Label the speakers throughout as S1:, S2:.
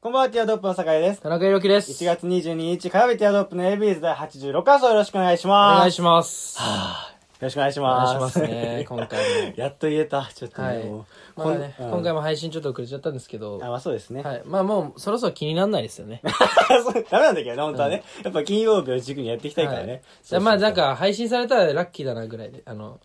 S1: こんばんは、ティアドロップの酒井です。
S2: 田中裕樹です。
S1: 1月22日火曜日、ティアドロップの ABS 第86回放送よろしくお願いし
S2: お
S1: ます。
S2: 願いします。
S1: よろしくお願いし
S2: お
S1: ま
S2: 願い
S1: す。
S2: しますね、今回も。
S1: やっと言えた。ちょっとね、
S2: はい
S1: もう。
S2: まだね、
S1: こんうん
S2: 今回も配信ちょっと遅れちゃったんですけど、
S1: あ、
S2: は
S1: まあそうですね。
S2: い。まあもう、そろそろ気にならないですよね。
S1: そう ダメなんだけどね、本当はね。やっぱ金曜日を軸にやっていきたいから
S2: は
S1: ね
S2: い。
S1: そうそうそう
S2: まあなん、か、配信されたらラッキーだなぐらいで、あの、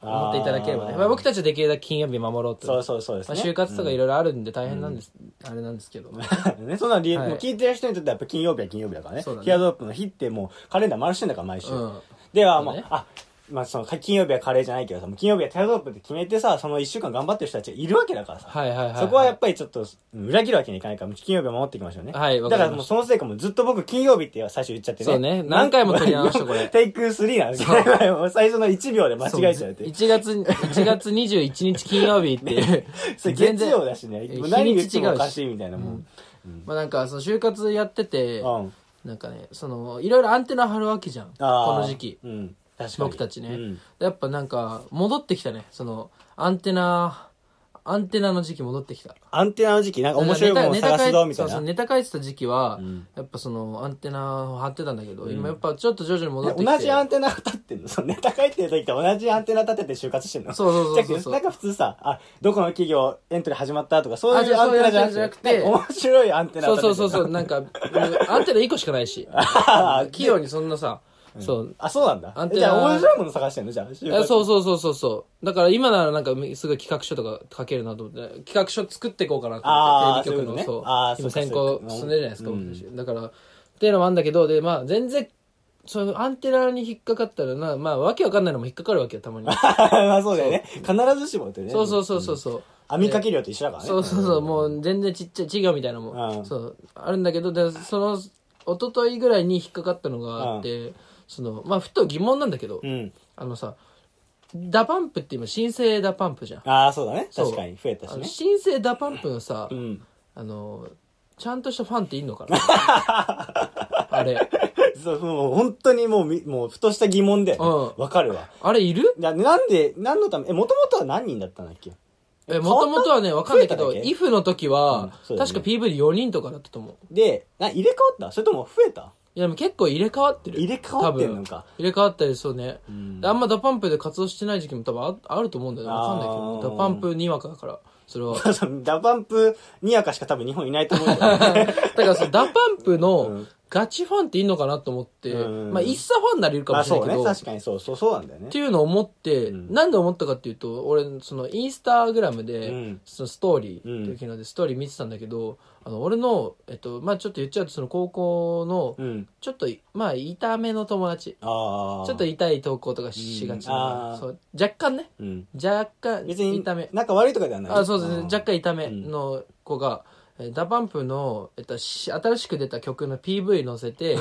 S2: 思っていただければね。まあ僕
S1: たち。
S2: たちはできるだけ金曜日守ろうと。
S1: そうそうそうです
S2: まあ
S1: ね。
S2: 就活とかいろいろあるんで大変なんです、あれなんですけど。
S1: ね、そんなの理由、
S2: はい
S1: もう聞いてる人にとってはやっぱ金曜日は金曜日だからね。
S2: そうだね
S1: ティアドロップの日ってもうカレンダー丸してんだから毎週。
S2: うん
S1: では、ま
S2: そうね
S1: あ、あ、まあその金曜日はカレーじゃないけどさ、もう金曜日はティアドロップって決めてさ、その一週間頑張ってる人たちがいるわけだからさ。
S2: はいはいはい。
S1: そこはやっぱりちょっと、うん裏切るわけにいかないから、もう金曜日は守っていきましょうね。
S2: はいわ
S1: だ
S2: か
S1: か
S2: りました
S1: らもうそのせいかもうずっと僕金曜日って最初言っちゃってね。
S2: そうね何回も取り直したこれ
S1: テイク3なんですけど、最初の1秒で間違えちゃうっていう。
S2: 1月、1月21日金曜日っていう。
S1: それ月曜だしね、
S2: 全然
S1: もう何言って
S2: 日にち違う
S1: も
S2: し
S1: おかしいみたいなもん。
S2: まあなんか、その就活やってて、
S1: うん。
S2: なんかね、その、いろいろアンテナ張るわけじゃん。こ
S1: あー
S2: の時期。
S1: うん。確かに。
S2: 僕たちね、
S1: うん
S2: やっぱなんか戻ってきたねそのアンテナアンテナの時期戻ってきた
S1: アンテナの時期、なんか面白いものを
S2: ネ
S1: 探
S2: タ
S1: す
S2: ネタ書
S1: ぞ、
S2: い
S1: みたい
S2: そうそう
S1: な。
S2: ネタ書いてた時期は、
S1: ん
S2: やっぱそのアンテナを張ってたんだけど、今やっぱちょっと徐々に戻ってきて
S1: 同じアンテナ立ってんのそ のネタ書いてる時と同じアンテナ立てて就活してんの
S2: そうそうそうそう
S1: じゃなくてなんか普通さ、あ、どこの企業エントリー始まったとか、そういう
S2: あ
S1: アンテナ
S2: じ
S1: じ
S2: ゃあ
S1: ゃ
S2: そう
S1: なく
S2: いうアンテナじゃなく
S1: て、
S2: て
S1: 面白いアンテナ
S2: そう
S1: 立てて
S2: そ
S1: ん
S2: う
S1: の
S2: そうそうなんかアンテナ1個しかな いし器用にそんなさ、そう
S1: あ、そうなんだ
S2: アン。テナ
S1: じゃあ面白いもの探してんのじゃあ、就
S2: え
S1: 活
S2: そうそうそうそうそうだから今ならなんかすぐ企画書とか書けるなと思って企画書作っていこうかなと思
S1: あ
S2: っ
S1: ー
S2: てテレビ局
S1: そう
S2: の
S1: いう
S2: そ
S1: の
S2: う
S1: ねあーそ
S2: 今
S1: うか
S2: 先行
S1: そうか
S2: 進んでるじゃないですか、
S1: うん
S2: 僕たちだからっていうのもあるんだけどでまあ全然そのアンテナに引っかかったらなまあわけわかんないのも引っかかるわけよたま に
S1: ま あそうだよね。必ずしもってね。
S2: そうそうそうそうそう、
S1: 網掛け量と一緒だからね。
S2: そうそうそうもう全然ちっちゃい稚魚みたいなのも
S1: うんん
S2: そうあるんだけどでその一昨日ぐらいに引っかかったのがあって、そのまあふと疑問なんだけど、
S1: うん。
S2: あのさダパンプって今新生ダパンプじゃん
S1: ああ、そうだね。
S2: そう
S1: 確かに。増えた
S2: あ
S1: し
S2: の
S1: ね。
S2: 新生ダパンプのさ、
S1: うん。
S2: あのちゃんとしたファンっていんのかな あれ
S1: そう、もう本当にもうみ、もう、ふとした疑問だよね。
S2: うん
S1: わかるわ。
S2: あれいる
S1: ななんで、何のため、え、もともとは何人だったんだっけ
S2: えもともとはねわかんないけ
S1: 増
S2: ど
S1: えただけ
S2: IF の時は、
S1: うんそうだよね
S2: 確か PV4 人とかだったと思う
S1: で、な入れ替わったそれとも増えた
S2: いやでも結構入れ替わってる
S1: 入れ替わってんのか
S2: 多分入れ替わったりそうね、
S1: ん
S2: であんまダパンプで活動してない時期も多分ああると思うんだよねわかんないけ
S1: あ
S2: ど
S1: ー
S2: ダパンプにわかだからそれは
S1: ダパンプにやかしか多分日本いないと思うからね、
S2: だからそのダパンプ
S1: う
S2: の
S1: ん
S2: ガチファンっていんのかなと思って、
S1: うん
S2: まあ一茶ファンならいるかも
S1: あ、
S2: しれ
S1: そう
S2: ないけ
S1: ね。
S2: ど、
S1: 確かにそう、そう、そうなんだよね
S2: って。いうのを思って、
S1: うん
S2: なんで思ったかっていうと俺そのインスタグラムで、
S1: うん
S2: そのストーリーっていう機能でストーリー見てたんだけどあの俺の、えっとまあ、ちょっと言っちゃうとその高校の、
S1: うん。
S2: ちょっとまあ痛めの友達
S1: ああ。
S2: ちょっと、痛い投稿とかしがちな、
S1: うん
S2: そう若干ね
S1: うん。
S2: 若干
S1: 別に、
S2: 痛め
S1: なんか悪いとかではない。
S2: あそうです
S1: ん
S2: ね若干痛めの子が、えーダパンプの、えっと、し新しく出た曲の PV 載 せて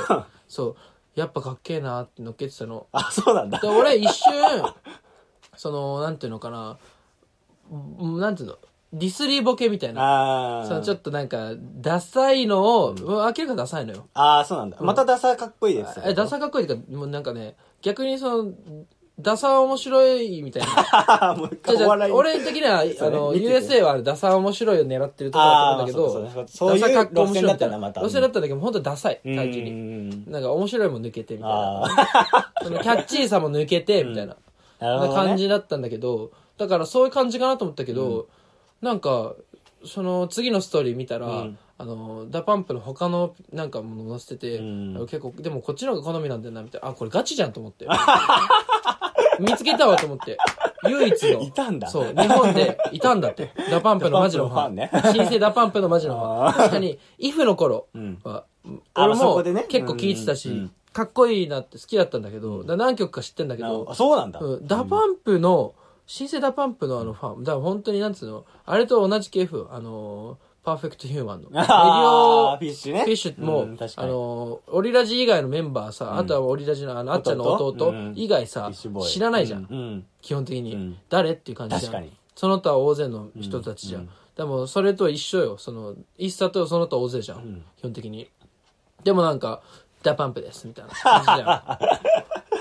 S2: そうやっぱかっけえなって乗っけてたの
S1: あ、そうなんだ
S2: で。俺一瞬そのなんていうのかなうんなんていうのディスリーボケみたいな
S1: ああ。
S2: そのちょっとなんかダサいのを、うん、明らかダサいのよ
S1: ああ、そうなんだ。またダサかっこいいです。
S2: えダサかっこいいっていうかもうなんかね逆にそのダサ面白いみたいな
S1: もう一
S2: じゃ
S1: 回 お
S2: あじゃあ
S1: 笑い。
S2: 俺的には、あの
S1: 見てて
S2: USA はあれダサ面白いを狙ってるところだと思うんだけ
S1: あー
S2: ど
S1: そうそうそうそういう
S2: ダサかっこ面白いみた
S1: 路線だった
S2: いな
S1: なまた
S2: 路線だったんだけど本当にダサい
S1: うん
S2: 単純になんか面白いも抜けてみたい
S1: あ
S2: なそのキャッチーさも抜けてみたいな,、
S1: あ。なるほど、ね。
S2: 感じだったんだけどだからそういう感じかなと思ったけど、なんかその次のストーリー見たら、
S1: うん
S2: あのダパンプの他のなんかもの載せてて、
S1: うん
S2: 結構でもこっちの方が好みなんだよなみたいなあこれガチじゃんと思って 見つけたわと思って唯一の
S1: いたんだ
S2: そう日本でいたんだってダパンプのマジのファン
S1: ダパンプのフ
S2: 新生ダパンプのマジのファン確かにイフの頃は、
S1: あ
S2: 俺
S1: まあそ
S2: も
S1: こでね
S2: 結構聞いてたし、
S1: うんうん
S2: かっこいいなって好きだったんだけど、だ何曲か知ってんだけど、
S1: あそうなんだ。
S2: うんダパンプの、新生ダパンプのあのファン、だから本当になんつうの、あれと同じ系譜、あのー、パーフェクトヒューマンの。レディ
S1: あー
S2: オ
S1: フィッシュね
S2: フィッシュも、
S1: うん確か
S2: あ
S1: に
S2: のー、オリラジ以外のメンバーさ、あとはオリラジのあの、あっちゃんの弟
S1: うん
S2: 以外さ
S1: フィッシュボー、イ
S2: 知らないじゃん
S1: う。うん。
S2: 基本的に、
S1: うん
S2: 誰っていう感じじゃん
S1: 確かに
S2: その他大勢の人たちじゃん、でもそれと一緒よその一茶とその他大勢じゃん、基本的にでもなんか 「ダパンプです」みたいな感じじゃんだか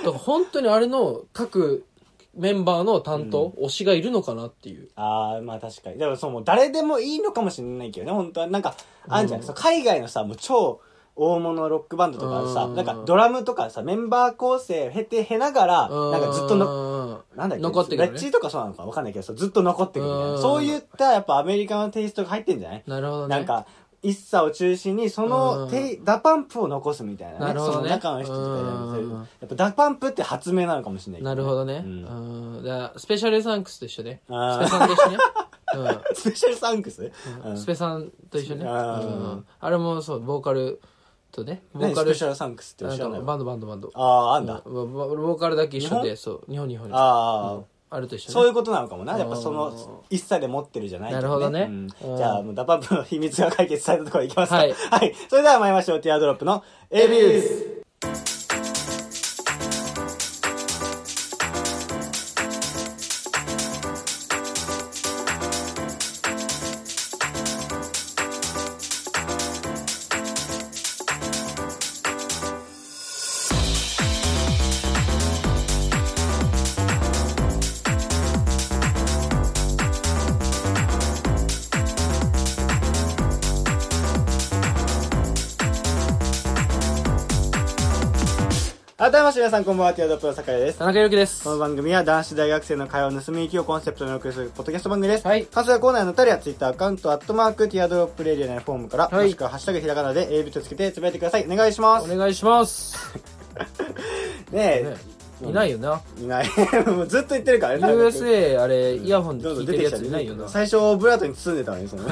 S2: ら本当にあれの各メンバーの担当、推しがいるのかなっていう。
S1: ああ、まあ確かに。でもそう、もう誰でもいいのかもしれないけどね、本当は。なんか、あんじゃん。
S2: うん
S1: そう海外のさ、もう超大物ロックバンドとかさ、
S2: うん
S1: なんかドラムとかさ、メンバー構成経て、経ながら、なんかずっとの、
S2: の、
S1: なんだっけ、
S2: 残ってくるね
S1: レッチリとかそうなのかわかんないけどさ、ずっと残ってくるみたいな。
S2: うん
S1: そういった、やっぱアメリカのテイストが入ってんじゃない
S2: なるほどね。
S1: なんか、一茶を中心に、その、テイダパンプを残すみたいなね。
S2: なるほどね
S1: その中の人とかじゃなくて
S2: うん
S1: やっぱダパンプって発明なのかもしれないけ
S2: なるほどね。
S1: う
S2: うんん。だからスペシャルサンクスと一緒ね。ス
S1: あー
S2: ペさんと 一緒ね。
S1: スペシャルサンクス、
S2: う
S1: うん
S2: ん。スペさんと一緒ね。う
S1: あー
S2: ん。あれもそう、ボーカルとね。ボ
S1: 何
S2: ーカ
S1: ス
S2: ル
S1: ペシャルサンクスって
S2: な
S1: 知
S2: ん
S1: ら
S2: か
S1: ない
S2: バンドバンドバンド。
S1: ああー、あんだ。
S2: うんボボボーカルだけ一緒で、そう。日本日本。
S1: ああ、
S2: あれと一緒
S1: そういう
S2: ね。
S1: ことなのかもなやっぱそ
S2: うん
S1: の一切で持ってるじゃないけ
S2: なるほどね
S1: うん
S2: うん
S1: じゃあもうダパンプの秘密が解決されたところいきますかは、
S2: はいい
S1: それでは参りましょうティアドロップのエビュース改めまして皆さんこんばんはティアドロップの酒井です
S2: 田中裕樹です
S1: こ。の番組は男子大学生の会話を盗み行きをコンセプトにお送りするポッドキャスト番組です。
S2: はい
S1: 関西コーナーのタリアツイッターアカウント、アットマーク、ティアドロップレディオのフォームから、
S2: はい
S1: もしくはハッシュタグひらがなで AB とつけてつぶやいてください。お願いしま
S2: お
S1: す。ね
S2: 願いします。
S1: え
S2: ね、いないよな。
S1: いない。もうずっと言ってるからね。
S2: USA、あれ、イヤホンで
S1: どう
S2: 聞
S1: ぞ出
S2: いて
S1: て
S2: る
S1: き
S2: や
S1: た
S2: ついないよな。
S1: 最初、ブラートに包んでたのに、 その。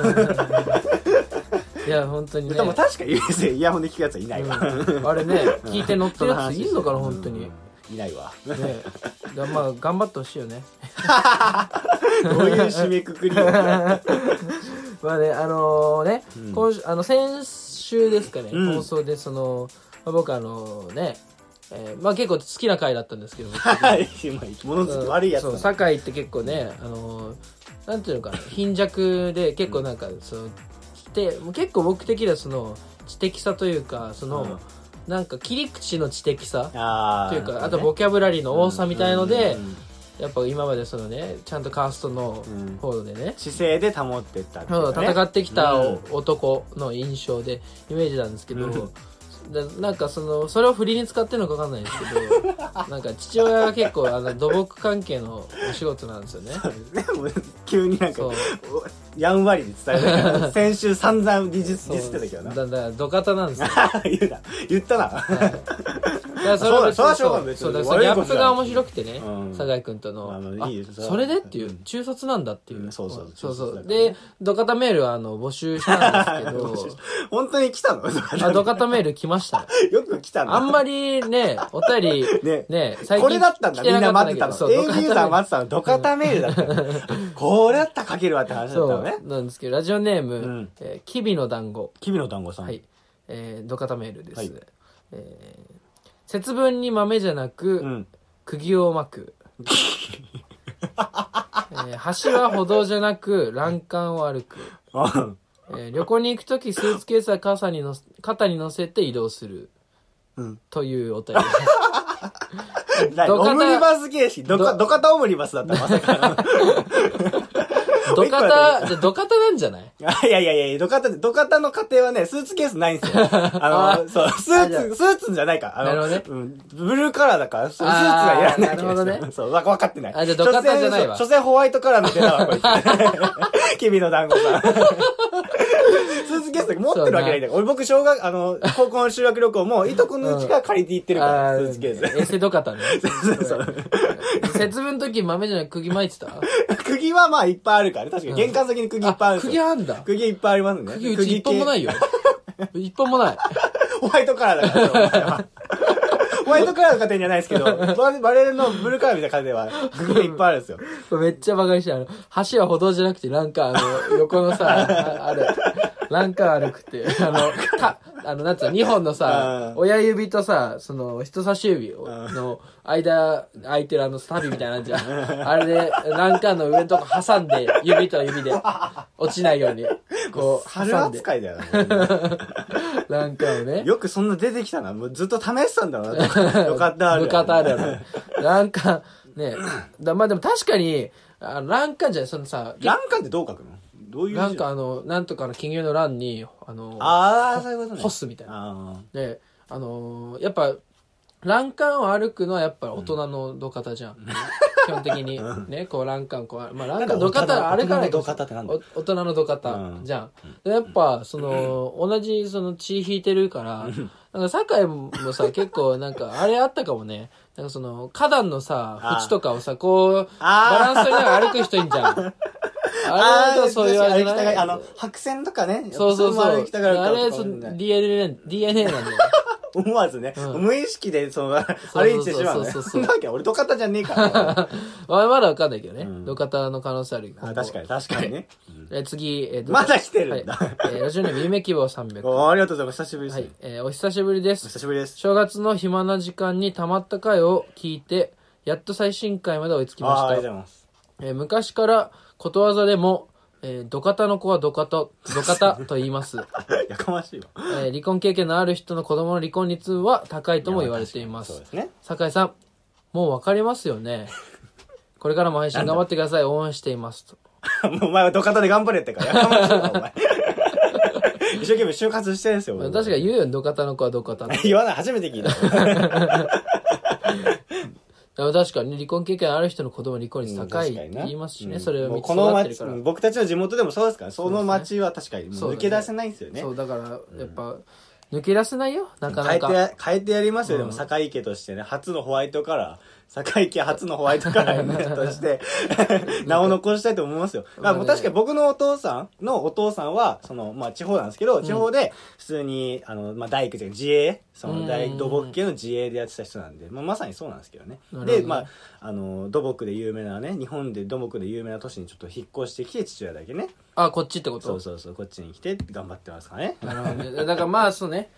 S2: いや、本当にね。
S1: でも確かに USA イヤホンで聞くやつはいないわ。
S2: うんあれね、聞いて乗ってるやついるのかな、本当に。ね
S1: いないわ。
S2: だ まあ、頑張ってほしいよね。
S1: どういう締めくくりよは
S2: まあね、あのね、
S1: うん
S2: 今週、あの、先週ですかね、
S1: うん
S2: 放送で、その、まあ、僕あのね、えーまあ結構好きな回だったんですけども、
S1: い。今、ものすごく 悪いやつ
S2: そう、
S1: だ。
S2: 酒井って結構ね、あのなんていうのかな、貧弱で結構なんか、その、で、もう結構僕的にはその、知的さというか、その、なんか切り口の知的さ
S1: あ
S2: というか、あと
S1: 僕
S2: ボキャブラリーの多さみたいので、
S1: うん
S2: やっぱ今までそのね、ちゃんとカーストの
S1: うん
S2: 方でね、
S1: 姿勢で保ってったってい
S2: そうう
S1: か
S2: 戦ってきた
S1: うん
S2: 男の印象で、イメージなんですけど、
S1: うん
S2: ななんかその、それを振りに使ってるのかわかんないです けど、なんか父親が結構あの土木関係のお仕事なんですよね。
S1: でも急になんか
S2: そう。
S1: やんわりで伝えた けど先週散々技術ディスってたけどな
S2: だだから土方なんですよ。
S1: 言うな言ったな
S2: はいだからそれは別
S1: そうだそれは
S2: に
S1: しょうがないう別に
S2: そそうだからそのギ
S1: 悪い
S2: ャ
S1: こ
S2: ッ
S1: と
S2: プ
S1: じゃない
S2: が面白くてね
S1: うん
S2: 酒井君との
S1: あの
S2: あ
S1: いいよ
S2: それでっていううん中卒なんだっていう
S1: うんそうそう
S2: そう
S1: 中
S2: そ
S1: 卒だ
S2: う
S1: からね
S2: で土方メールはあの募集したん ですけど
S1: 本当に来たの
S2: あ土方メール来ました
S1: よく来たの
S2: あんまりね お便り
S1: ね
S2: ね最近
S1: これだったんだ
S2: 来
S1: みんな
S2: か
S1: 待って
S2: け
S1: た
S2: ど
S1: の
S2: そう
S1: A
S2: 土
S1: ビュー
S2: 方メル
S1: さん待ってたのドカタメールだったのこれだったらかけるわって話だったのね
S2: そうなんですけどラジオネー
S1: ん
S2: ムえーきびの団子
S1: 君の団子さん
S2: はい、えー、土方メールです、
S1: はい
S2: えー節分に豆じゃなく、
S1: うん
S2: 釘を まく、えー橋は歩道じゃなく欄干を歩く、
S1: あ
S2: えー旅行に行く時スーツケースは傘にのせ肩に乗せて移動する、
S1: うん
S2: というお便り
S1: 何
S2: ドカ
S1: オ
S2: タ
S1: ムニバス形式ドカ
S2: ド
S1: ドカタオムニバスだったまさか
S2: 土方じゃ土方なんじゃない
S1: あ いやいやいや、ドカタ、ドカタの家庭はね、スーツケースないん ですよ。あの、そう、ス
S2: あじゃ
S1: ーツ、スーツじゃないか。あの
S2: なるほどね
S1: うん、ブルーカラーだから、そうスーツ
S2: あー
S1: はいらないわけですよ
S2: なるほどね
S1: そう、わかわかってない。
S2: あじゃあドカタじゃないわ
S1: 所詮所詮ホワイトカラーの出たわ、こい つ。 君の団子さん。スーツケースとか持ってるわけないんだから。俺僕、小学、あの、高校の修学旅行も、いとこのうちから借りて行ってるから、スーツケース。
S2: ーエセ土方ね
S1: そうそう。
S2: 節分の時豆じゃなく釘巻いてた
S1: 釘はまあいっぱいあるからね。確かに玄関先に釘いっぱいあるんです
S2: 釘
S1: よ。
S2: あんだ
S1: 釘いっぱいありますね。
S2: 釘うち一本もないよ一本もない
S1: ホワイトカラーだからねお前は、ホワイトカラーの家庭じゃないですけど、我々のブルーカラーみたいな家庭は、ググいっぱいあるんです よ。
S2: これめっちゃバカにして、あの、橋は歩道じ ゃなくて、欄干、あの、横のさ、ああれ、欄干歩くっていう、あの、た、あの、なんつうの、2本のさ、
S1: うん
S2: 親指とさ、その、人差し指を
S1: うん
S2: の間、空いてるあの、スタビみたいなのあんじゃん。あれで、欄干の上のとこ挟んで、指と指で、落ちないように、こう、
S1: 猿
S2: 挟んで、
S1: 扱いだよな。
S2: 欄干をね。
S1: よくそんな出てきたな。もうずっと試してたんだ な。よかったある。
S2: 部活あるよね。 欄干、ね。だまあでも確かに、あの欄干じゃない、そのさ、
S1: ランカンってどう書くのどういう字
S2: 欄干あの、なんとかの金魚の欄に、あの、
S1: ああ、そういうことね。
S2: 干すみたいな。
S1: あ
S2: で、あのーやっぱ、欄干を歩くのはやっぱ大人の土方じゃん。基本的に、ね、こう欄干、こう、まあ
S1: な
S2: 欄
S1: んか
S2: 干土方、あれから
S1: 大人の土方ってなんだ
S2: お大人の土方じゃん。でやっぱ、その、同じその血引いてるから、なんか酒井も さ、結構なんか、あれあったかもね。なんかその、花壇のさ、
S1: あー
S2: 縁とかをさ、こう、バラ
S1: あー
S2: ンス取りながら歩く人いんじゃん。あれ
S1: あ
S2: は
S1: ー。
S2: でもそういうあれじゃ
S1: あ
S2: ない
S1: あの、白線とかね。
S2: そうそう
S1: れもあれ
S2: そ
S1: 行
S2: う
S1: き。たがるか
S2: あれ、
S1: ら
S2: そ
S1: かもし
S2: の
S1: れない。
S2: DNA、DNA なんだよ。
S1: 思わずね、
S2: うん
S1: 無意識で、その、
S2: そう
S1: 歩いてしまうね。
S2: そうそうそうそう
S1: そんなわけ俺と方じゃねえから。
S2: まあ、まだわかんないけどね。
S1: うん
S2: 土方の可能性ある
S1: あ確か
S2: に。
S1: に、確かにね。
S2: えー次、えー、
S1: まだ来てるんだ
S2: はいえーラジオネーム、夢希望300。は
S1: おーありがとうございます。久しぶりです
S2: い
S1: ね。。
S2: えーお久しぶりで
S1: お
S2: す。
S1: 久しぶりです。
S2: 正月の暇な時間にたまった回を聞いて、やっと最新回まで追いつき
S1: ああー、あ
S2: ま
S1: りが
S2: し
S1: と
S2: た。
S1: うございます。
S2: えー昔から、ことわざでも、えー、土方の子は土方、土方と言い ます。
S1: やかましいわ。
S2: えー離婚経験のある人の子供の離婚率は高いとも言われていま
S1: そう
S2: す
S1: で。すね。
S2: 酒井さん、もうわかりますよね。これからも配信頑張ってください。応援しています。と。
S1: もうお前は土方で頑張れってから、やかましいわ、お 前。一生懸命就活してるんですよ、
S2: 確かに言うよね、土方の子は土方 って。
S1: に。言わない、初めて聞いた。
S2: でも確かにね離婚経験ある人の子供離婚率高い
S1: うん
S2: って
S1: 確かにな
S2: 言いますしね、
S1: うん
S2: それを
S1: も
S2: 見
S1: う
S2: つ
S1: こ
S2: け
S1: の
S2: ってる
S1: 町
S2: から。
S1: 僕たちの地元でもそうですからその町は確かにもう抜け出せないんですよね
S2: そう、だから、やっぱ、抜け出せないよ、なか
S1: 変
S2: な
S1: え
S2: か。
S1: て変えてやりますよ、でも堺家としてね初のホワイトから堺家初のホワイトカラーとして名を残したいと思いますよ。まあ、
S2: まあね
S1: 確かに僕のお父さんのお父さんは、その、まあ地方なんですけど、地方で普通に、あの、まあ大工じゃ自営、その
S2: う
S1: 大、
S2: ん
S1: 土木系の自営でやってた人なんで、まあまさにそうなんですけどね。
S2: なるほどね
S1: で、まあ、あの、土木で有名なね、日本で土木で有名な都市にちょっと引っ越してきて、父親だけね。
S2: あ、こっちってこ
S1: そ
S2: と
S1: うそうそう、こっちに来て頑張ってますからね。
S2: なるほどね。だからまあ、そうね。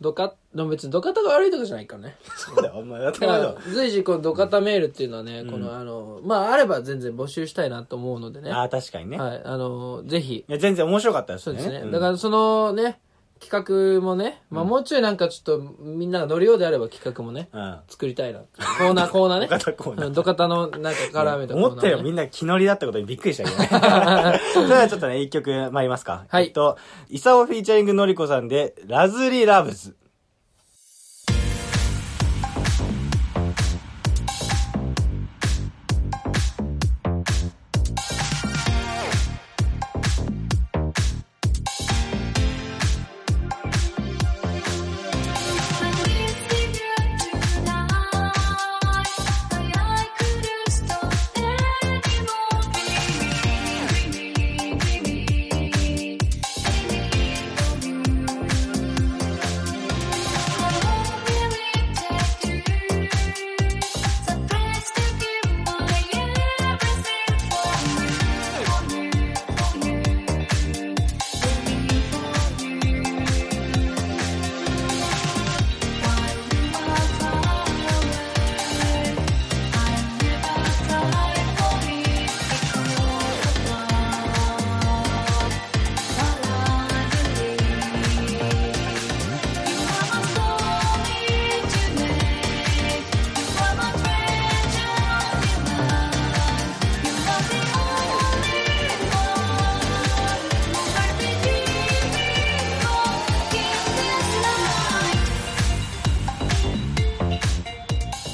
S2: どか、でも別に土方が悪いとかじゃないからね。
S1: そうだよ、お前当た
S2: だ
S1: り前
S2: か
S1: だわ
S2: ら、随時この土方メールっていうのはね、このあの、まあ、あれば全然募集したいなと思うの でね。は
S1: ああ、確かにね。
S2: い、あの、ぜひ、
S1: いや、全然面白かったです
S2: そう
S1: ね。
S2: ですね。
S1: ん
S2: だからそのね、企画もね、まあもうちょいなんかちょっとみんなが乗るようであれば企画もね、
S1: うん。
S2: 作りたいな。コーナー、コーナーね。
S1: 土方コーナー
S2: うん土方のなんか絡めたコーナー、ね。
S1: 思ったよ、みんな気乗りだったことにびっくりしたけど ね。それではちょっとね、一曲参りますか。
S2: は
S1: え
S2: い
S1: っと、イサオフィーチャリングのりこさんで、ラズリーラブズ。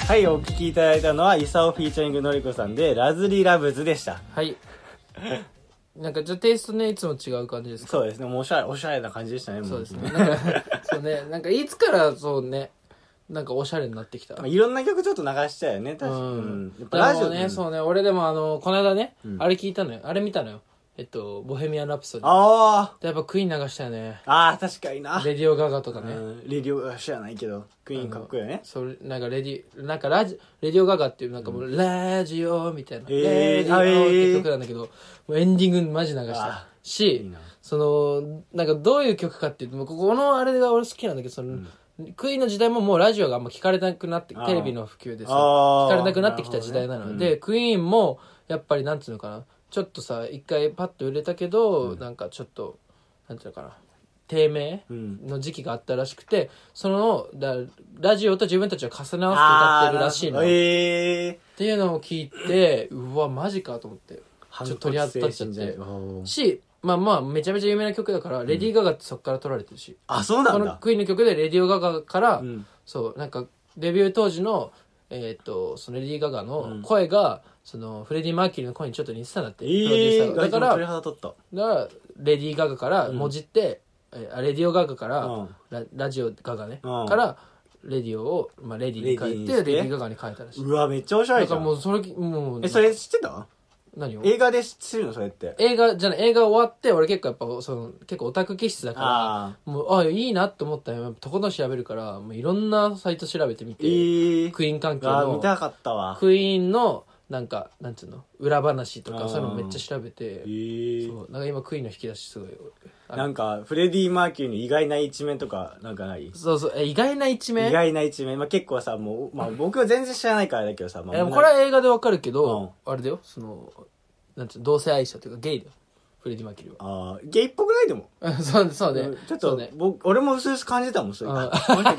S1: はい、お聴きいただいたのは、イサオフィーチャリングのりこさんで、ラズリーラブズでした。
S2: はい。なんかじゃあテイストね、いつも違う感じですか
S1: そうですね、もうおしゃれ、おしゃれな感じでしたね、も
S2: そうですね。なんか、そうね、なんかいつからそうね、なんかおしゃれになってきた。
S1: まあいろんな曲ちょっと流したよね、確かに。うんやっぱラジ
S2: で
S1: オ
S2: も
S1: ね、
S2: ね、
S1: そう。
S2: そうね、俺でもあの、この間ね、
S1: ん
S2: あれ聞いたのよ。あれ見たのよ。えっと、ボヘミアン・ラプソディ。
S1: あ
S2: やっぱクイーン流したよね。
S1: あ、ああ、確かにな。
S2: レディオ・ガガとか
S1: う
S2: ね。
S1: ん、レディオは知らないけど、クイーンかっこいいよね。
S2: それなんかレディなんかラジレディオガガっていうなんかもう、ラジオみたいな、
S1: えー
S2: レディオって曲なんだけど、もうエンディングマジ流し
S1: あ
S2: たし
S1: いいな
S2: その、なんかどういう曲かっていうと、もうここのあれが俺好きなんだけど、その、クイーンの時代ももうラジオがあんま聞かれなくなって、
S1: あー
S2: テレビの普及でさ、
S1: あー
S2: 聞かれなくなってきた時代
S1: な
S2: な
S1: る
S2: の
S1: ほど
S2: で、
S1: ねう
S2: クイーンも、やっぱりなんていうのかな、ちょっとさ、一回パッと売れたけど、なんかちょっと、なんていうのかな、低迷
S1: うん
S2: の時期があったらしくて、その、だラジオと自分たちを重ね合わせて歌ってるらしいの。
S1: あーなるほど
S2: っ
S1: ええ
S2: ていうのを聞いて、うわ、マジかと思って。
S1: ー。
S2: ちょっと取り扱っちゃって
S1: 反骨精神じゃない
S2: し、まあまあ、めちゃめちゃ有名な曲だから、レディー・ガガってそこから取られてるし。
S1: あ、そうな
S2: こ
S1: ん
S2: の
S1: だ。
S2: クイーンの曲でレディオガガから、
S1: うん
S2: そうなんかデビュー当時のえっ、とそのレディー・ガガ
S1: う
S2: の
S1: ん
S2: 声が、そのフレディ・マーキュリーの声にちょっと似てたんだって、プロデ
S1: ええ
S2: ュ
S1: ー。
S2: ーサーがだか
S1: 鳥
S2: ら
S1: 肌立った。
S2: だからレディー・ガガからもじって、えあレディオガガから、
S1: うん
S2: ララジオガガね、
S1: うん
S2: からレディオを、まあ、レディーに変えてレ
S1: レディーにして
S2: ディー・ガガに変えたらしいう
S1: わ、めっちゃおしゃ
S2: だ
S1: れじ
S2: か
S1: ゃ
S2: らも
S1: ん。
S2: うそれもう
S1: え、それ知ってた
S2: 何を
S1: 映画で知るのそれって。
S2: 映画じゃない映画終わって俺結構やっぱその結構オタク気質だから
S1: あ
S2: もうあいいなと思ったらやっぱとことん調べるからもういろんなサイト調べて
S1: ー。
S2: みて、
S1: ええー。
S2: クイーン関係
S1: あー、
S2: の
S1: 見たかったわ。
S2: クイーンのなんかなんつうの裏話と
S1: あ
S2: か
S1: ー
S2: そういうのめっちゃ調べて
S1: ええー。
S2: そうなんか今クイーンの引き出しすごいあ
S1: なんか、フレディ・マーキュリーの意外な一面とか、なんかない意
S2: そうそうえ意外な一面
S1: 外な一面。まあ、結構さ、もう、まあ、僕は全然知らないからだけどさ、まあ、
S2: えこれは映画でわかるけ
S1: うん
S2: ど、あれだよそのなんつうの同性愛者というかゲイだよフレディ・マーキュリーは
S1: あーゲイっぽくないでも。
S2: あ そうそうね
S1: うんちょっ
S2: そう
S1: と、
S2: ね
S1: 僕、俺も薄々感じたもん、それ。
S2: うん
S1: あこの人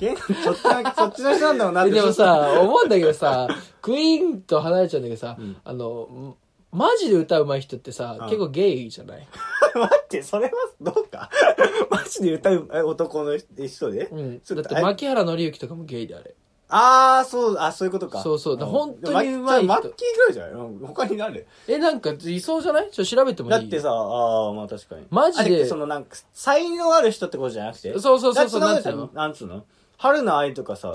S1: ゲイゲイなのそっちの、そっちの人なんだろうなっ
S2: え
S1: て。
S2: でも、さ思うんだけど さクイーンと離れちゃうんだけどさ、あのマジで歌うまい人ってさ、結構ゲイじゃない
S1: 待って、それはどうか。 マジで歌うえ男の人で、
S2: うん、
S1: ちょ
S2: だっ
S1: と
S2: て
S1: あれ
S2: 牧原紀之とかもゲイであれ
S1: あー、そう、あ、そういうことか。
S2: そうそうだ
S1: ん
S2: 本当に
S1: でも
S2: 上手い人
S1: マッキーぐらいじゃないうん他に誰
S2: えなんかいそうじゃないちょっと調べてもい
S1: だ
S2: い
S1: ってさ、ああ、まあ確かに。
S2: マジで
S1: あれそのなんか、才能ある人ってことじゃなくて。
S2: そうそうそうそう
S1: だってそんな
S2: なん
S1: こ
S2: つう
S1: となんつうの春の愛とかさ、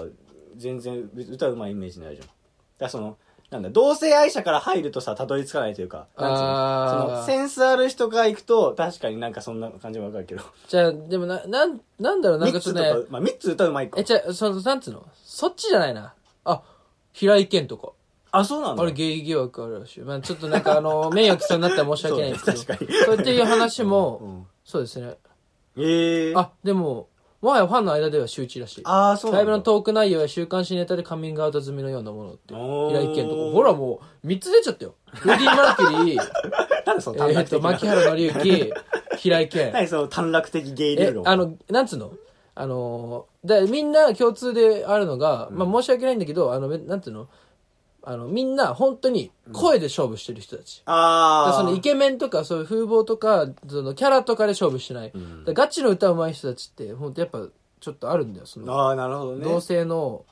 S1: 全然歌うまいイメージないじゃん。だからその、なんだ、同性愛者から入るとさ、たどり着かないというか、なんつう
S2: あ
S1: の
S2: ー
S1: その、センスある人が行くと、確かになんかそんな感じわかるけど。
S2: じゃあでもななんなんだろうなん
S1: 三
S2: か
S1: つ
S2: ちょ
S1: と
S2: っ
S1: か
S2: とね、
S1: まあ三つ歌うまいか
S2: え。じゃあそのなんつうのそっちじゃないなあ平井堅とか
S1: あ、そうなんだ。
S2: あれゲイ疑惑あるらしい、まあ、ちょっとなんかあの 名誉毀損になったら申し訳ないんですけど
S1: そうね確かに
S2: そうっていう話も、
S1: うん
S2: そうですね
S1: ええー。
S2: あでももはやファンの間では周知らしい
S1: あー、そうなんだ。
S2: ライブのトーク内容や週刊誌ネタでカミングアウト済みのようなものって
S1: おー
S2: 平井堅とかほらもう3つ出ちゃったよフレディ・マーキュリー
S1: なん でその短
S2: えーっ
S1: 絡
S2: と
S1: 的な。
S2: 牧原紀 之平井堅
S1: 何その短絡的ゲイ理
S2: え
S1: 論。
S2: あ、のなんつうのあのだみんな共通であるのが、まあ申し訳ないんだけどあのめなんつうのあのみんな本当に声で勝負してる人たち、だから
S1: あー。
S2: そのイケメンとかそういう風貌とかそのキャラとかで勝負してない、だからガチの歌うまい人たちって本当やっぱちょっとあるんだよその
S1: ああ、なるほどね。
S2: 同性の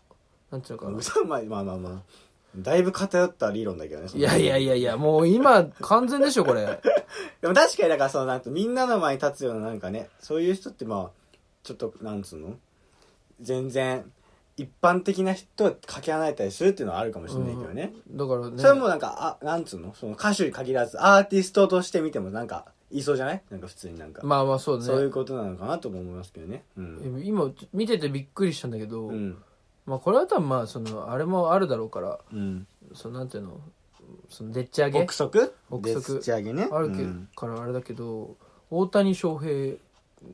S2: なんていうのかな
S1: 歌うまい、まあまあまあ。だいぶ偏った理論だけどね。そ
S2: い
S1: の
S2: やいやいやいやもう今完全でしょこれ
S1: でも確かに、だからその、なんかみんなの前に立つようななんかね、そういう人ってまあ、ちょっと、なんつうの全然、一般的な人とかけ離れたりするっていうのはあるかもしれないけどね。
S2: だからね
S1: それもなんか、あ、なんつうのその歌手に限らず、アーティストとして見てもなんか、いそうじゃないなんか普通になんか。
S2: まあまあそうね
S1: そういうことなのかなとも思いますけどね。うん。
S2: 今見ててびっくりしたんだけど、
S1: うん。
S2: まあこれは多分まあそのあれもあるだろうから
S1: うん。
S2: そのなんていうのそのでっち上げ
S1: 憶測
S2: 憶測
S1: で仕上げね。
S2: あるけ、
S1: うん
S2: からあれだけど大谷翔平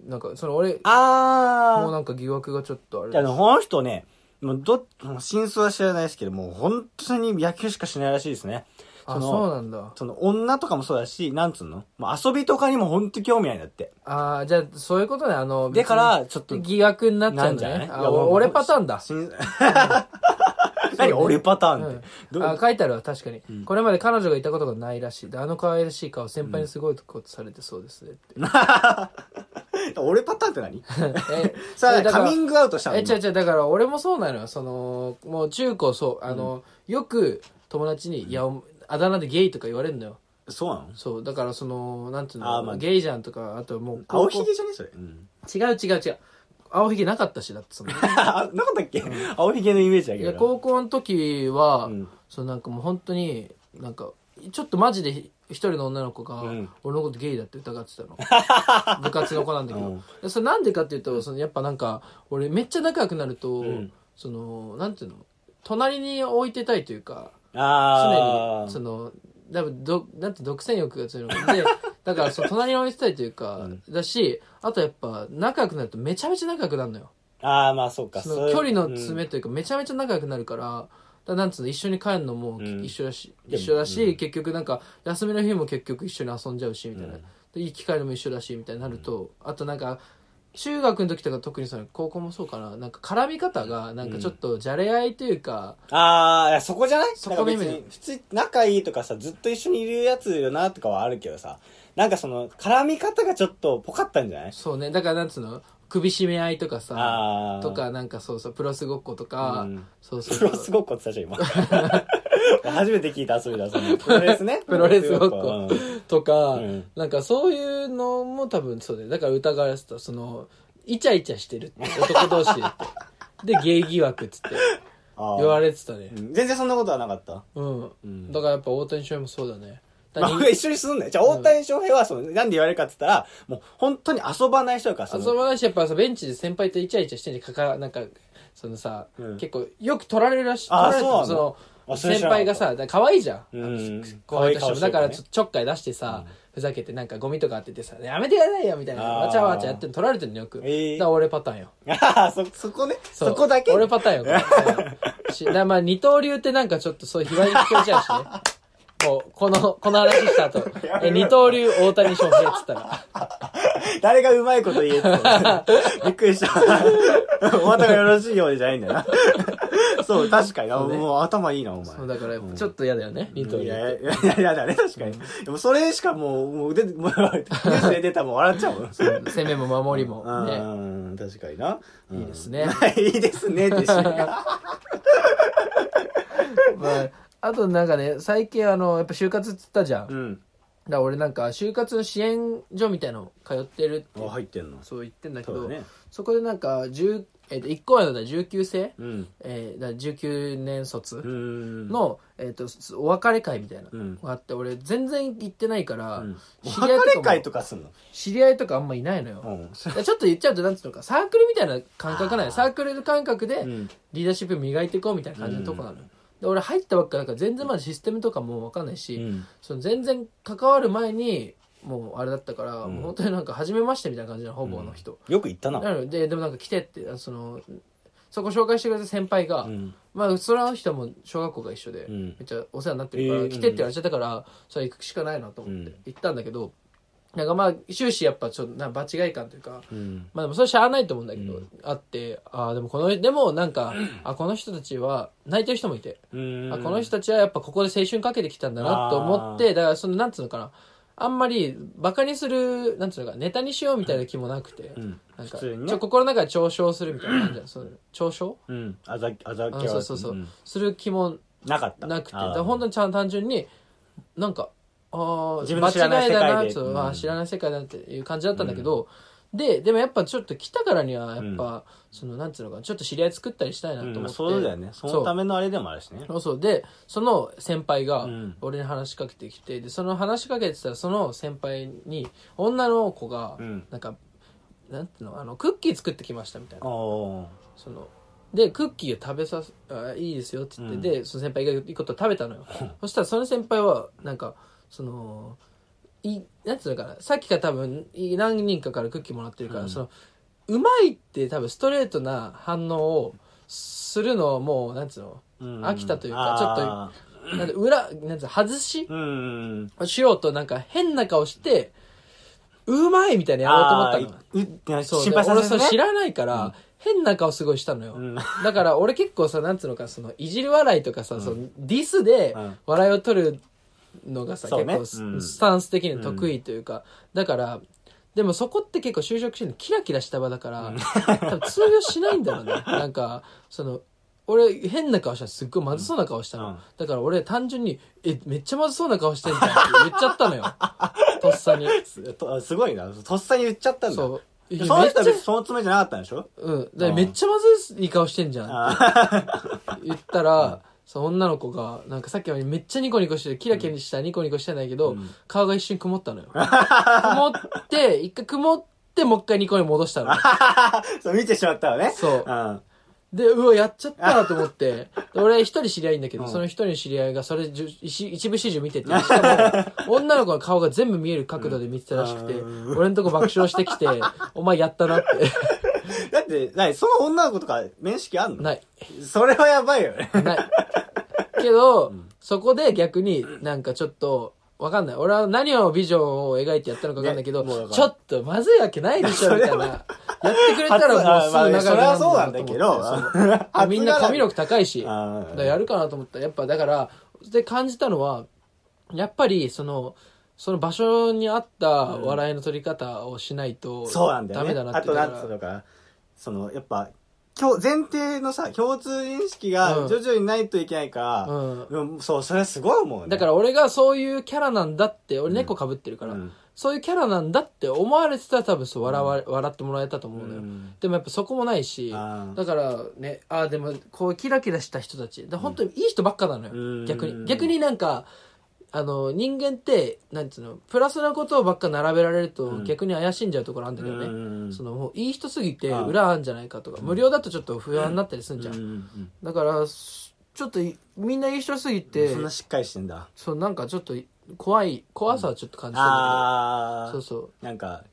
S2: なんかその俺
S1: あー。
S2: もうなんか疑惑がちょっとあれ
S1: いや、でもこの人ね、もうど、もう真相は知らないですけど、もう本当に野球しかしないらしいですね。
S2: あ
S1: その
S2: そうなんだ
S1: その女とかもそうだし、なんつうのもう遊びとかにも本当興味ないんだって。
S2: ああじゃあそういうことねあの
S1: だから、ちょっ
S2: 別
S1: と
S2: に、疑惑になっちゃ
S1: な
S2: うんん
S1: じゃ
S2: だ
S1: ない
S2: ね
S1: い
S2: あ
S1: やもう
S2: 俺パターンだ
S1: しん 何俺パターンって。
S2: う
S1: ど
S2: ん、あ書いてあるわ確かに、これまで彼女がいたことがないらしいであの可愛らしい顔先輩にすごいことされてそうですねって、
S1: 俺パターンって何
S2: え
S1: さ
S2: え
S1: あ、
S2: だから
S1: カミングアウトしたの
S2: え、違う違う、だから俺もそうなのよ。その、もう中高そう、あの、よく友達に、いや、おあだ名でゲイとか言われるのよ。
S1: そうなの
S2: そう、だからその、なんていう
S1: あーま
S2: の、
S1: あ
S2: ゲイじゃんとか、あともう、
S1: 青ひげじゃねそれ。うん。
S2: 違う違う違う。青ひげなかったし、だってその。い
S1: あなかったっけ青ひげのイメージだけ
S2: や、
S1: ど
S2: 高校の時は、
S1: ん
S2: そのなんかもう本当に、なんか、ちょっとマジでひ一人の女の子が、
S1: うん
S2: 俺のことゲイだって疑ってた の。部活の子なんだけど。
S1: うん
S2: でそれなんでかっていうと、そのやっぱなんか、俺めっちゃ仲良くなると、
S1: ん
S2: その、なんていうの、隣に置いてたいというか、常
S1: な。あー
S2: に、その、多分ど、なんて独占欲が強いのかで、だから、そう、隣におりたいというか、
S1: うん
S2: だし、あとやっぱ、仲良くなるとめちゃめちゃ仲良くなるのよ。
S1: ああ、まあそうか。
S2: そ
S1: そう
S2: の
S1: いう
S2: 距離の詰
S1: う
S2: めというか、めちゃめちゃ仲良くなるから、だからなんつうの、一緒に帰るのも
S1: うん
S2: 一緒だし、
S1: でも
S2: 一緒だし、
S1: うん
S2: 結局なんか、休みの日も結局一緒に遊んじゃうし、みたいな。
S1: うん
S2: でいい機会も一緒だし、みたいになると、あとなんか、中学の時とか特にその高校もそうかな、なんか絡み方が、なんかちょっとじゃれ合いというか、
S1: んああ、いやそこじゃない
S2: そこの意
S1: な
S2: 味
S1: んか別に普通、仲いいとかさ、ずっと一緒にいるやつよなとかはあるけどさ、なんかその、絡み方がちょっとぽかったんじゃない
S2: そうね、だからなんつうの、首絞め合いとかさ、
S1: ああ。
S2: とかなんかそうそう、プロスごっことか、
S1: うん
S2: そうそ
S1: プ
S2: うそう
S1: ロレスごっこって 言ったでしょ、今。初めて聞いた遊びだ、その。プロレスね。
S2: プロレスごっこ
S1: うん
S2: とか、
S1: うん
S2: なんかそういうのも多分そうで、だから疑われてた、その、イチャイチャしてるって男同士でって。 で、ゲイ疑惑っつって
S1: あー
S2: 言われてたね
S1: う。ん全然そんなことはなかった。
S2: うん。
S1: うん
S2: だからやっぱ大谷翔平もそうだね。だ
S1: ま
S2: か
S1: あ
S2: ら
S1: 僕が一緒にすんね。じゃあ、大谷翔平は、その、なんで言われるかって言ったら、もう、本当に遊ばない人だから、そ
S2: 遊
S1: の
S2: ばないし、やっぱさ、ベンチで先輩とイチャイチャしてんじゃんかか、なんか、そのさ、
S1: うん
S2: 結構よく取られるらしい。
S1: あー
S2: 取られてた
S1: そうなのあ
S2: の
S1: それ
S2: 先
S1: 知らなか
S2: 輩
S1: った
S2: がさ、だから可愛いじゃん。
S1: うん
S2: 後輩としても。だからちょ
S1: っ
S2: ちょっかい出してさ、ふざけてなんかゴミとか当ててさ、やめてくださいよみたいな。
S1: あー
S2: わちゃわちゃやってんの取られてんのよく。
S1: えー
S2: だから俺パターンよ。
S1: ああ、そ、そこね。
S2: う
S1: そこだけ
S2: 俺パターン よこれし。だまあ二刀流ってなんかちょっとそういう卑猥に聞こえちゃうしね。こう、この、この話した 後、え、二刀流大谷翔平っつったら、
S1: 誰がうまいこと言えって。びっくりした。お後がよろしいようでじゃないんだよな。そう、確かに。あ
S2: ね
S1: もう頭いいな、お前
S2: そう。だからちょっと嫌だよね、二刀
S1: い
S2: 流。
S1: や、いや、いやいやだね、確かに。でも、それしかもう、もう、出て、もう、ニュースで出たらもう笑っちゃうもん。
S2: 攻めも守りも
S1: う
S2: ね。
S1: ん、確かにな。うん
S2: いいですね。
S1: いいですね、ってしな
S2: まあ、あとなんかね、最近あの、やっぱ就活っつったじゃん。
S1: う
S2: だか
S1: ん。
S2: ら俺なんか、就活の支援所みたいの通ってるって
S1: あ、、入ってんの。
S2: そう言ってんだけ
S1: そう
S2: ど、
S1: だね。
S2: そこでなんか、10えっと1個前のだ19世、
S1: うん。
S2: えーだから19年卒、
S1: うん。
S2: の、えっとすお別れ会みたいな
S1: う
S2: の
S1: ん
S2: があって俺全然行ってないから、
S1: うん、お
S2: 知り合い
S1: 別
S2: とか
S1: れ
S2: も
S1: 会とかすんの
S2: 知り合いとかあんまいないのよ、
S1: うん
S2: だからちょっと言っちゃうとなんつうのかサークルみたいな感覚なんよサークルの感覚で
S1: うん
S2: リーダーシップ磨いていこうみたいな感じのとこなのよ、で俺入ったばっかだから全然まだシステムとかも分かんないし、
S1: うん
S2: その全然関わる前にもうあれだったから、
S1: ん
S2: もう本当になんか初めましてみたいな感じのほぼの人、
S1: よく言ったな。
S2: なのででもなんか来てってあそのそこ紹介してくれた先輩が、
S1: うん。
S2: まあその人も小学校が一緒で、
S1: うん
S2: めっちゃお世話になってるから、
S1: えー
S2: 来てって言われちゃったから、それ行くしかないなと思っ
S1: う
S2: て
S1: ん
S2: 行ったんだけど、なんかまあ終始やっぱちょっとな場違い感というか、
S1: うん。
S2: まあでもそれしゃあないと思うんだけど、あってああでもこのでもなんか、あこの人たちは泣いてる人もいて、
S1: うん
S2: あこの人たちはやっぱここで青春かけてきたんだなと思ってだからそのなんつうのかなあんまりバカにするなんつうのかネタにしようみたいな気もなくて、
S1: うん。
S2: なん
S1: 普
S2: か
S1: 通にね
S2: ちょ心の中で嘲笑するみたいな感じだその嘲笑
S1: うん。あざ、あざけ
S2: あ
S1: は。
S2: そうそうそう、
S1: ん
S2: する気も
S1: なかった。
S2: なくて、だ
S1: あー
S2: から本当にちゃん単純に、なんか、ああ、
S1: 自分の知らない世界で
S2: 間違いだな、そう
S1: うん
S2: まあ知らない世界だっていう感じだったんだけど、で、でもやっぱちょっと来たからには、やっぱ、その、なんつうのかな、ちょっと知り合い作ったりしたいなと
S1: う
S2: 思
S1: ん
S2: って。
S1: まあそうだよね。そのためのあれでもあるしね。
S2: そうそうでその先輩が
S1: うん
S2: 俺に話しかけてきて、でその話しかけてたらその先輩に女の子が
S1: うん
S2: なんか、なんていうのあのクッキー作ってきましたみたいな
S1: おー
S2: そのでクッキーを食べさせあいいですよって言って、
S1: うん
S2: でその先輩がいいこと食べたのよそしたらその先輩はなんかそのいなんていうのかなさっきから多分い何人かからクッキーもらってるから、
S1: うん
S2: そのうまいって多分ストレートな反応をするのをもうなんていうの
S1: うん
S2: 飽きたというかちょっと
S1: あ
S2: なんて裏なんていうの外し
S1: ーうん。
S2: をしようとなんか変な顔してうまいみたいなやろうと思ったのよ
S1: あーいうって
S2: そう
S1: 心配さ
S2: で
S1: せ
S2: 俺
S1: る
S2: そう知
S1: ね。
S2: らないから、変な顔すごいしたのよ、
S1: うん
S2: だから俺結構さなんつうのかそのいじる笑いとかさ、そのディスで
S1: うん
S2: 笑いを取るのがさ、
S1: そうね
S2: 結構ス,、
S1: うん
S2: タンス的に得意というか、だからでもそこって結構就職してるのキラキラした場だから、多分通用しないんだろう ねなんかその俺変な顔したらすっごいまずそうな顔したの、
S1: うん
S2: だから俺単純に「えめっちゃまずそうな顔してんじゃん」って言っちゃっ たのよとっさに
S1: すとすごいな。とっさに言っちゃったんだ。
S2: そう
S1: で
S2: え
S1: その人
S2: めっ
S1: は
S2: ちゃ
S1: 別にそのつもりじゃなかったんでしょ
S2: うん。で、めっちゃまずい顔してんじゃん
S1: あ
S2: って 言ったら、その女の子が、なんかさっきまでめっちゃニコニコしてる、キラキラしたニコニコしてんだけど、
S1: うん
S2: 顔が一瞬曇っ たのよ。曇って、一回曇って、もう一回ニコに戻したの。
S1: ーそう見てしまったわね。
S2: そう
S1: うん。
S2: で、うわ、やっちゃったと思って。で俺一人知り合いいんだけど、
S1: うん
S2: その一人の知り合いがそれじゅ一一部始終見てて、しかも、女の子の顔が全部見える角度で見てたらしくて、
S1: う
S2: 俺のとこ爆笑してきて、お前やったなって。
S1: だって、なにその女の子とか面識あんの
S2: ない。
S1: それはやばいよね。
S2: ない。けど、そこで逆になんかちょっと、わかんない。俺は何をビジョンを描いてやったのかわかんないけど、
S1: ねもうわかんない
S2: ちょっとまずいわけないでしょ、みたいな。やってくれたらもう
S1: 初あまあ
S2: すぐ仲良くなる
S1: それはそうなんだけど
S2: と思って
S1: 初
S2: みんな髪の
S1: 毛。
S2: 毛高いし、だ
S1: あー
S2: からやるかなと思ったら、やっぱだから、で感じたのは、やっぱりその、その場所に合った笑いの取り方をしないと、
S1: そうなんだよ
S2: ダ
S1: ね。
S2: メだな
S1: あ
S2: って。
S1: と、
S2: だ
S1: な
S2: か
S1: ん
S2: ら
S1: つうのか、その、やっぱ、共前提のさ、共通認識が徐々にないといけないから、
S2: うん
S1: うんそう、それはすごい思うね。
S2: だから俺がそういうキャラなんだって、俺猫被ってるから、
S1: うん
S2: そういうキャラなんだって思われてたら多分そう笑わ、笑ってもらえたと思うのよ、
S1: うん
S2: でもやっぱそこもないし
S1: あー
S2: だからねああでもこうキラキラした人たちで本当にいい人ばっかなのよ、
S1: うん
S2: 逆
S1: う
S2: に
S1: ん
S2: 逆になんかあの人間ってなんつうのプラスなことばっか並べられると
S1: ん
S2: 逆に怪しんじゃうところあるんだけどね、
S1: うん
S2: そのもういい人すぎて
S1: あー
S2: 裏あんじゃないかとか無料だとちょっと不安になったりすんじゃん、
S1: うんうん
S2: だからすちょっといみんないい人すぎ
S1: う
S2: て
S1: んそんなしっかりしてんだ。
S2: そうなんかちょっと怖い怖さはちょっと感じてるんだけ
S1: ああ。
S2: ど、そうそう
S1: なんか、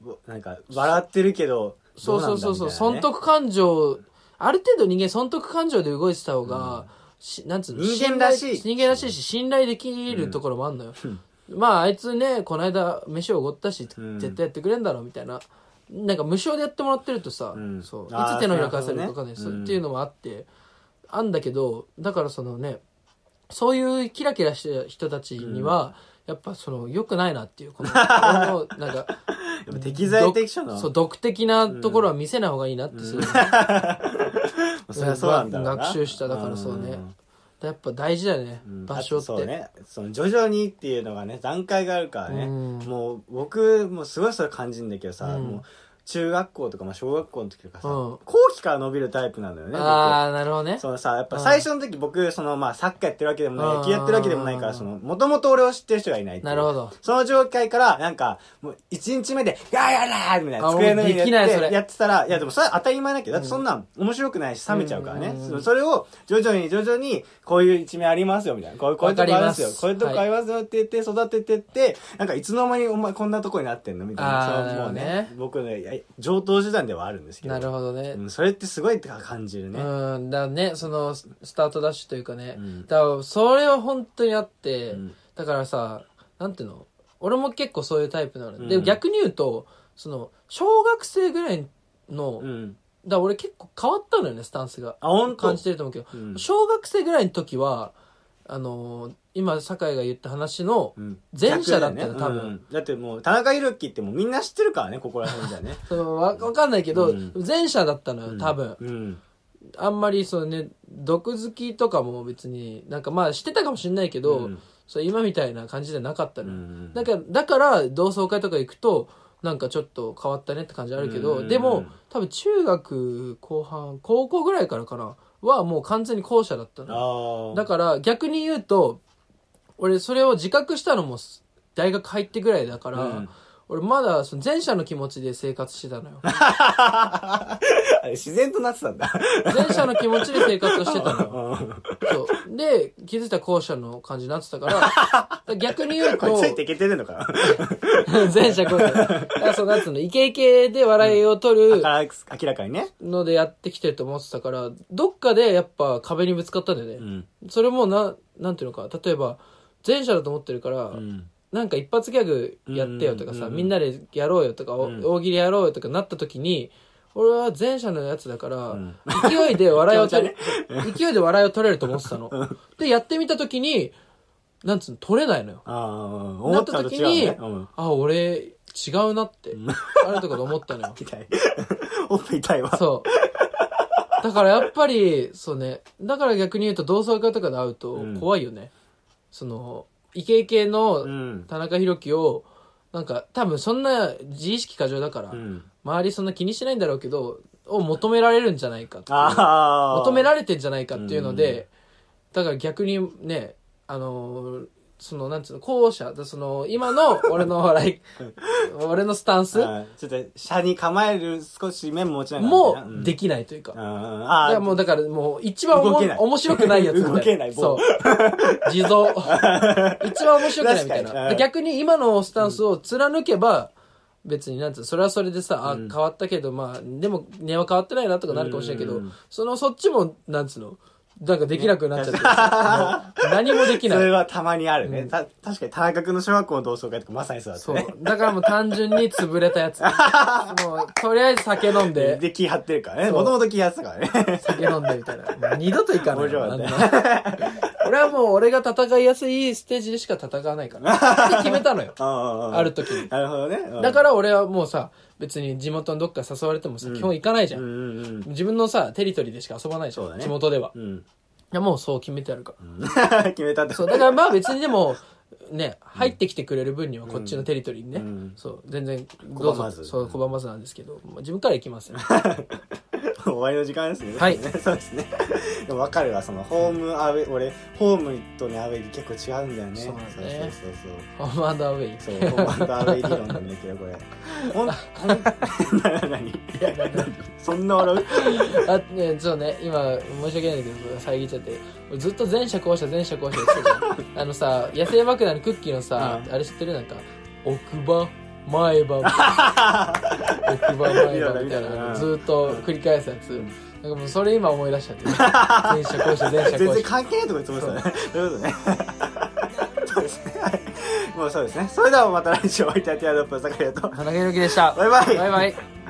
S1: ぼなんか、笑ってるけど、
S2: そうそうそうそう、
S1: どな
S2: 損
S1: んだみ
S2: 得感情、ある程度人間損得感情で動いてた方が、しなんつうの
S1: 人間らしい
S2: 信頼人間らしいし、信頼できるところもあんのよ。まあ、あいつね、この間、飯をおごったし、
S1: うん
S2: 絶対やってくれんだろ、みたいな。なんか無償でやってもらってるとさ、
S1: うん
S2: そうい
S1: あー
S2: つ手のひら返されるか分かんない、
S1: そう
S2: そ
S1: ねうん
S2: っていうのもあって、あんだけど、だからそのね、そういうキラキラしてる人たちには、やっぱその、良くないなっていう、この、このなんか、
S1: たいなねやっぱ適材適所の。
S2: そう
S1: ま
S2: 独的なところは見せない方がいいなってすごい
S1: あ そりゃそうなんだろうな。
S2: 学習しただからそうねやっぱ大事だよね、
S1: うん
S2: 場所っ
S1: あとそう
S2: て、
S1: ね。その徐々にっていうのがね、段階があるからね。
S2: うん
S1: もう僕、もうすごいそれ感じるんだけどさ、
S2: うん
S1: もう中学校とか、まあ小学校の時とかさ、
S2: うん
S1: 後期から伸びるタイプなんだよね、
S2: ああなるほどね
S1: 僕。そのさ、やっぱ最初の時僕、そのまあサッカーやってるわけでもない、
S2: うん
S1: 野球やってるわけでもないか
S2: う
S1: ら、
S2: ん
S1: その、もともと俺を知ってる人がいないっていう
S2: なるほど
S1: その状態から、なんか、もう一日目で、ガーやらーみたいな、
S2: あ
S1: 机の上
S2: もうできない
S1: にやっ
S2: それ
S1: て、やってたら、いやでもそれは当たり前だけど、だってそんなん面白くないし冷めちゃうから
S2: う
S1: ね
S2: んうん。
S1: そそれを徐々に徐々に、こういう一面ありますよ、みたいな。こういうこういうとこありますよ
S2: わかりま。す
S1: こういうとこありますよって言って育ててって、なんかいつの間にお前こんなとこになってんのみたい
S2: あ
S1: な。そ
S2: ーな
S1: う
S2: るほ
S1: も
S2: ど
S1: う
S2: ね
S1: ね、僕のや上等手段ではあるんですけど。
S2: なるほどね
S1: うんそれってすごい感じる
S2: う
S1: ね。
S2: んだからねそのススタートダッシュというかね、
S1: うん
S2: だからそれは本当にあって、
S1: うん
S2: だからさなんていうの俺も結構そういうタイプなの、
S1: うん
S2: で逆に言うとその小学生ぐらいの、
S1: う
S2: だか
S1: ん。
S2: ら俺結構変わったのよねスタンスが
S1: あ、ほんと
S2: 感じてると思うけど、
S1: うん
S2: 小学生ぐらいの時はあのー今酒井が言った話の
S1: うん
S2: 前者だったの
S1: 逆
S2: 多
S1: よね
S2: 分、
S1: うんだってもう、田中裕樹ってもうみんな知ってるからね、ここら辺じゃね。
S2: そのわわかんないけど、
S1: うん
S2: 前者だったのよ多分、
S1: うん。
S2: あんまりそのね毒好きとかも別になんかまあしてたかもしれないけど、
S1: うん
S2: そう今みたいな感じじゃなかった
S1: う
S2: のよ、
S1: ん
S2: だからだから同窓会とか行くとなんかちょっと変わったねって感じあるけど、
S1: うん
S2: でも多分中学後半高校ぐらいからかなはもう完全に後者だったのよ
S1: ああ。
S2: だから逆に言うと俺それを自覚したのもす大学入ってぐらいだから、
S1: うん
S2: 俺まだその前者の気持ちで生活してたのよ
S1: あれ自然となってたんだ。
S2: 前者の気持ちで生活をしてたの よ
S1: こ
S2: そうで気づいたら後者の感じになってたからだから逆に言う
S1: れ
S2: と
S1: ついていけてるのかな
S2: 前者後者だからそうなんつうのイケイケで笑いを取る
S1: 明らかにね。
S2: のでやってきてると思ってたからどっかでやっぱ壁にぶつかったんだよね、
S1: うん。
S2: それもななんていうのか例えば前者だと思ってるから、
S1: うん。
S2: なんか一発ギャグやってよとか
S1: う
S2: さ、
S1: んうんうん
S2: みんなでやろうよとか、お
S1: うん
S2: 大喜利やろうよとかなった時に、俺は前者のやつだから、
S1: ん
S2: 勢いで笑い を取れ、勢いで笑いを取れると思ってたの。で、やってみた時に、なんつうの、取れないのよ。
S1: ああ、思
S2: なっ
S1: ったたと
S2: 時
S1: 違う
S2: に、
S1: ね。うん。。
S2: あ、俺、違うなって、あれとかと思ったのよ
S1: 痛い。 おっぱい痛いわ。
S2: そう。だからやっぱり、そうね、だから逆に言うと同窓会とかで会うと
S1: うん
S2: 怖いよね。その、イケイケの、
S1: うん。
S2: 田中宏樹をなんか多分そんな自意識過剰だから、
S1: うん。
S2: 周りそんな気にしないんだろうけどを求められるんじゃないかっていう
S1: ああ。
S2: 求められてんじゃないかっていうので、だから逆にねあのーその、なんつうの、後者、だその、今の、俺の、ほら、俺のスタンス
S1: うんちょっと、車に構える少し面持ちながらみたいな。
S2: もで
S1: き、
S2: きないというか。
S1: うん、
S2: だ
S1: あ
S2: から
S1: あ、
S2: もう、だからもう、一番おも
S1: 動けない
S2: 面白くないやつみたいな。
S1: 動けない
S2: そ
S1: 棒
S2: う。地蔵。 一番面白くないみたい
S1: 確かにう
S2: な。
S1: ん
S2: 逆に今のスタンスを貫けば、別になんつうのそれはそれでさ、あ、変わったけど、まあ、でも、根は変わってないなとかなるかもしれないけ
S1: う
S2: ど
S1: ん、
S2: その、そっちも、なんつうの、なんかできなくなっちゃってさ、 もう何もでき
S1: それ
S2: ない。
S1: はたまにあるね。た、確かに田中君の小学校の同窓会とかまさにそうだった
S2: そ
S1: ね。
S2: う。だからもう単純に潰れたやつ。もう、とりあえず酒飲んで、
S1: で、気張ってるからね。
S2: そう
S1: もともと気張ってたから ね。
S2: 酒飲んでみたいな。もう二度と行かない。
S1: 面白かったね
S2: あんな俺はもう俺が戦いやすいステージでしか戦わないから。って決めたのよ。
S1: あ
S2: ある時に。
S1: なるほどね。うん
S2: だから俺はもうさ、別に地元のどっか誘われてもさ、基本行かないじゃ
S1: うん
S2: ん。
S1: うんうん。
S2: 自分のさ、テリトリーでしか遊ばないじ
S1: そう
S2: ゃ
S1: だ
S2: ん。
S1: ね
S2: 地元では。い
S1: うん。
S2: や、もうそう決めてあるから。
S1: 決めたって
S2: そう、だからまあ別にでも、ね、入ってきてくれる分にはこっちのテリトリーにね、
S1: うん
S2: そう、全然、どう
S1: 拒ま
S2: ぞ、
S1: ず
S2: そう、拒まずなんですけど、まあ、自分から行き ますよ。
S1: 終わりの時間ですね。
S2: はい
S1: そうですね。でも分かるわ、その、ホームアウェイ、俺、ホームとね、アウェイ結構違うんだよね。
S2: そうだね
S1: そうそうそうそう。
S2: ホームアンドアウェイ。
S1: そう、ホームとアウェイ理論なんだけど、これ。ほん、ほん、 な、なに そんな笑
S2: あ、ね、そうね、今、申し訳ないんだけど、遮っちゃって、俺ずっと前者後者前者後者言ってたじ ゃんあのさ、野生爆弾のクッキーのさ、
S1: う
S2: あれ知ってるなんか、奥歯、前歯、 奥歯、前歯みたい
S1: 見た見た
S2: な、
S1: うん
S2: ずーっと繰り返すやつ。なんかもうそれ今思い出しち ゃって。前者後者
S1: う
S2: 前者
S1: 全
S2: 後
S1: 然
S2: 者。
S1: 関係ないとこに潰したね。そう いうことね。 そうですね。はいもうそうですね。それではまた来週お会いいたいティアドロップの坂井と。
S2: 花毛抜きでした。
S1: バイバイ
S2: バイバイ。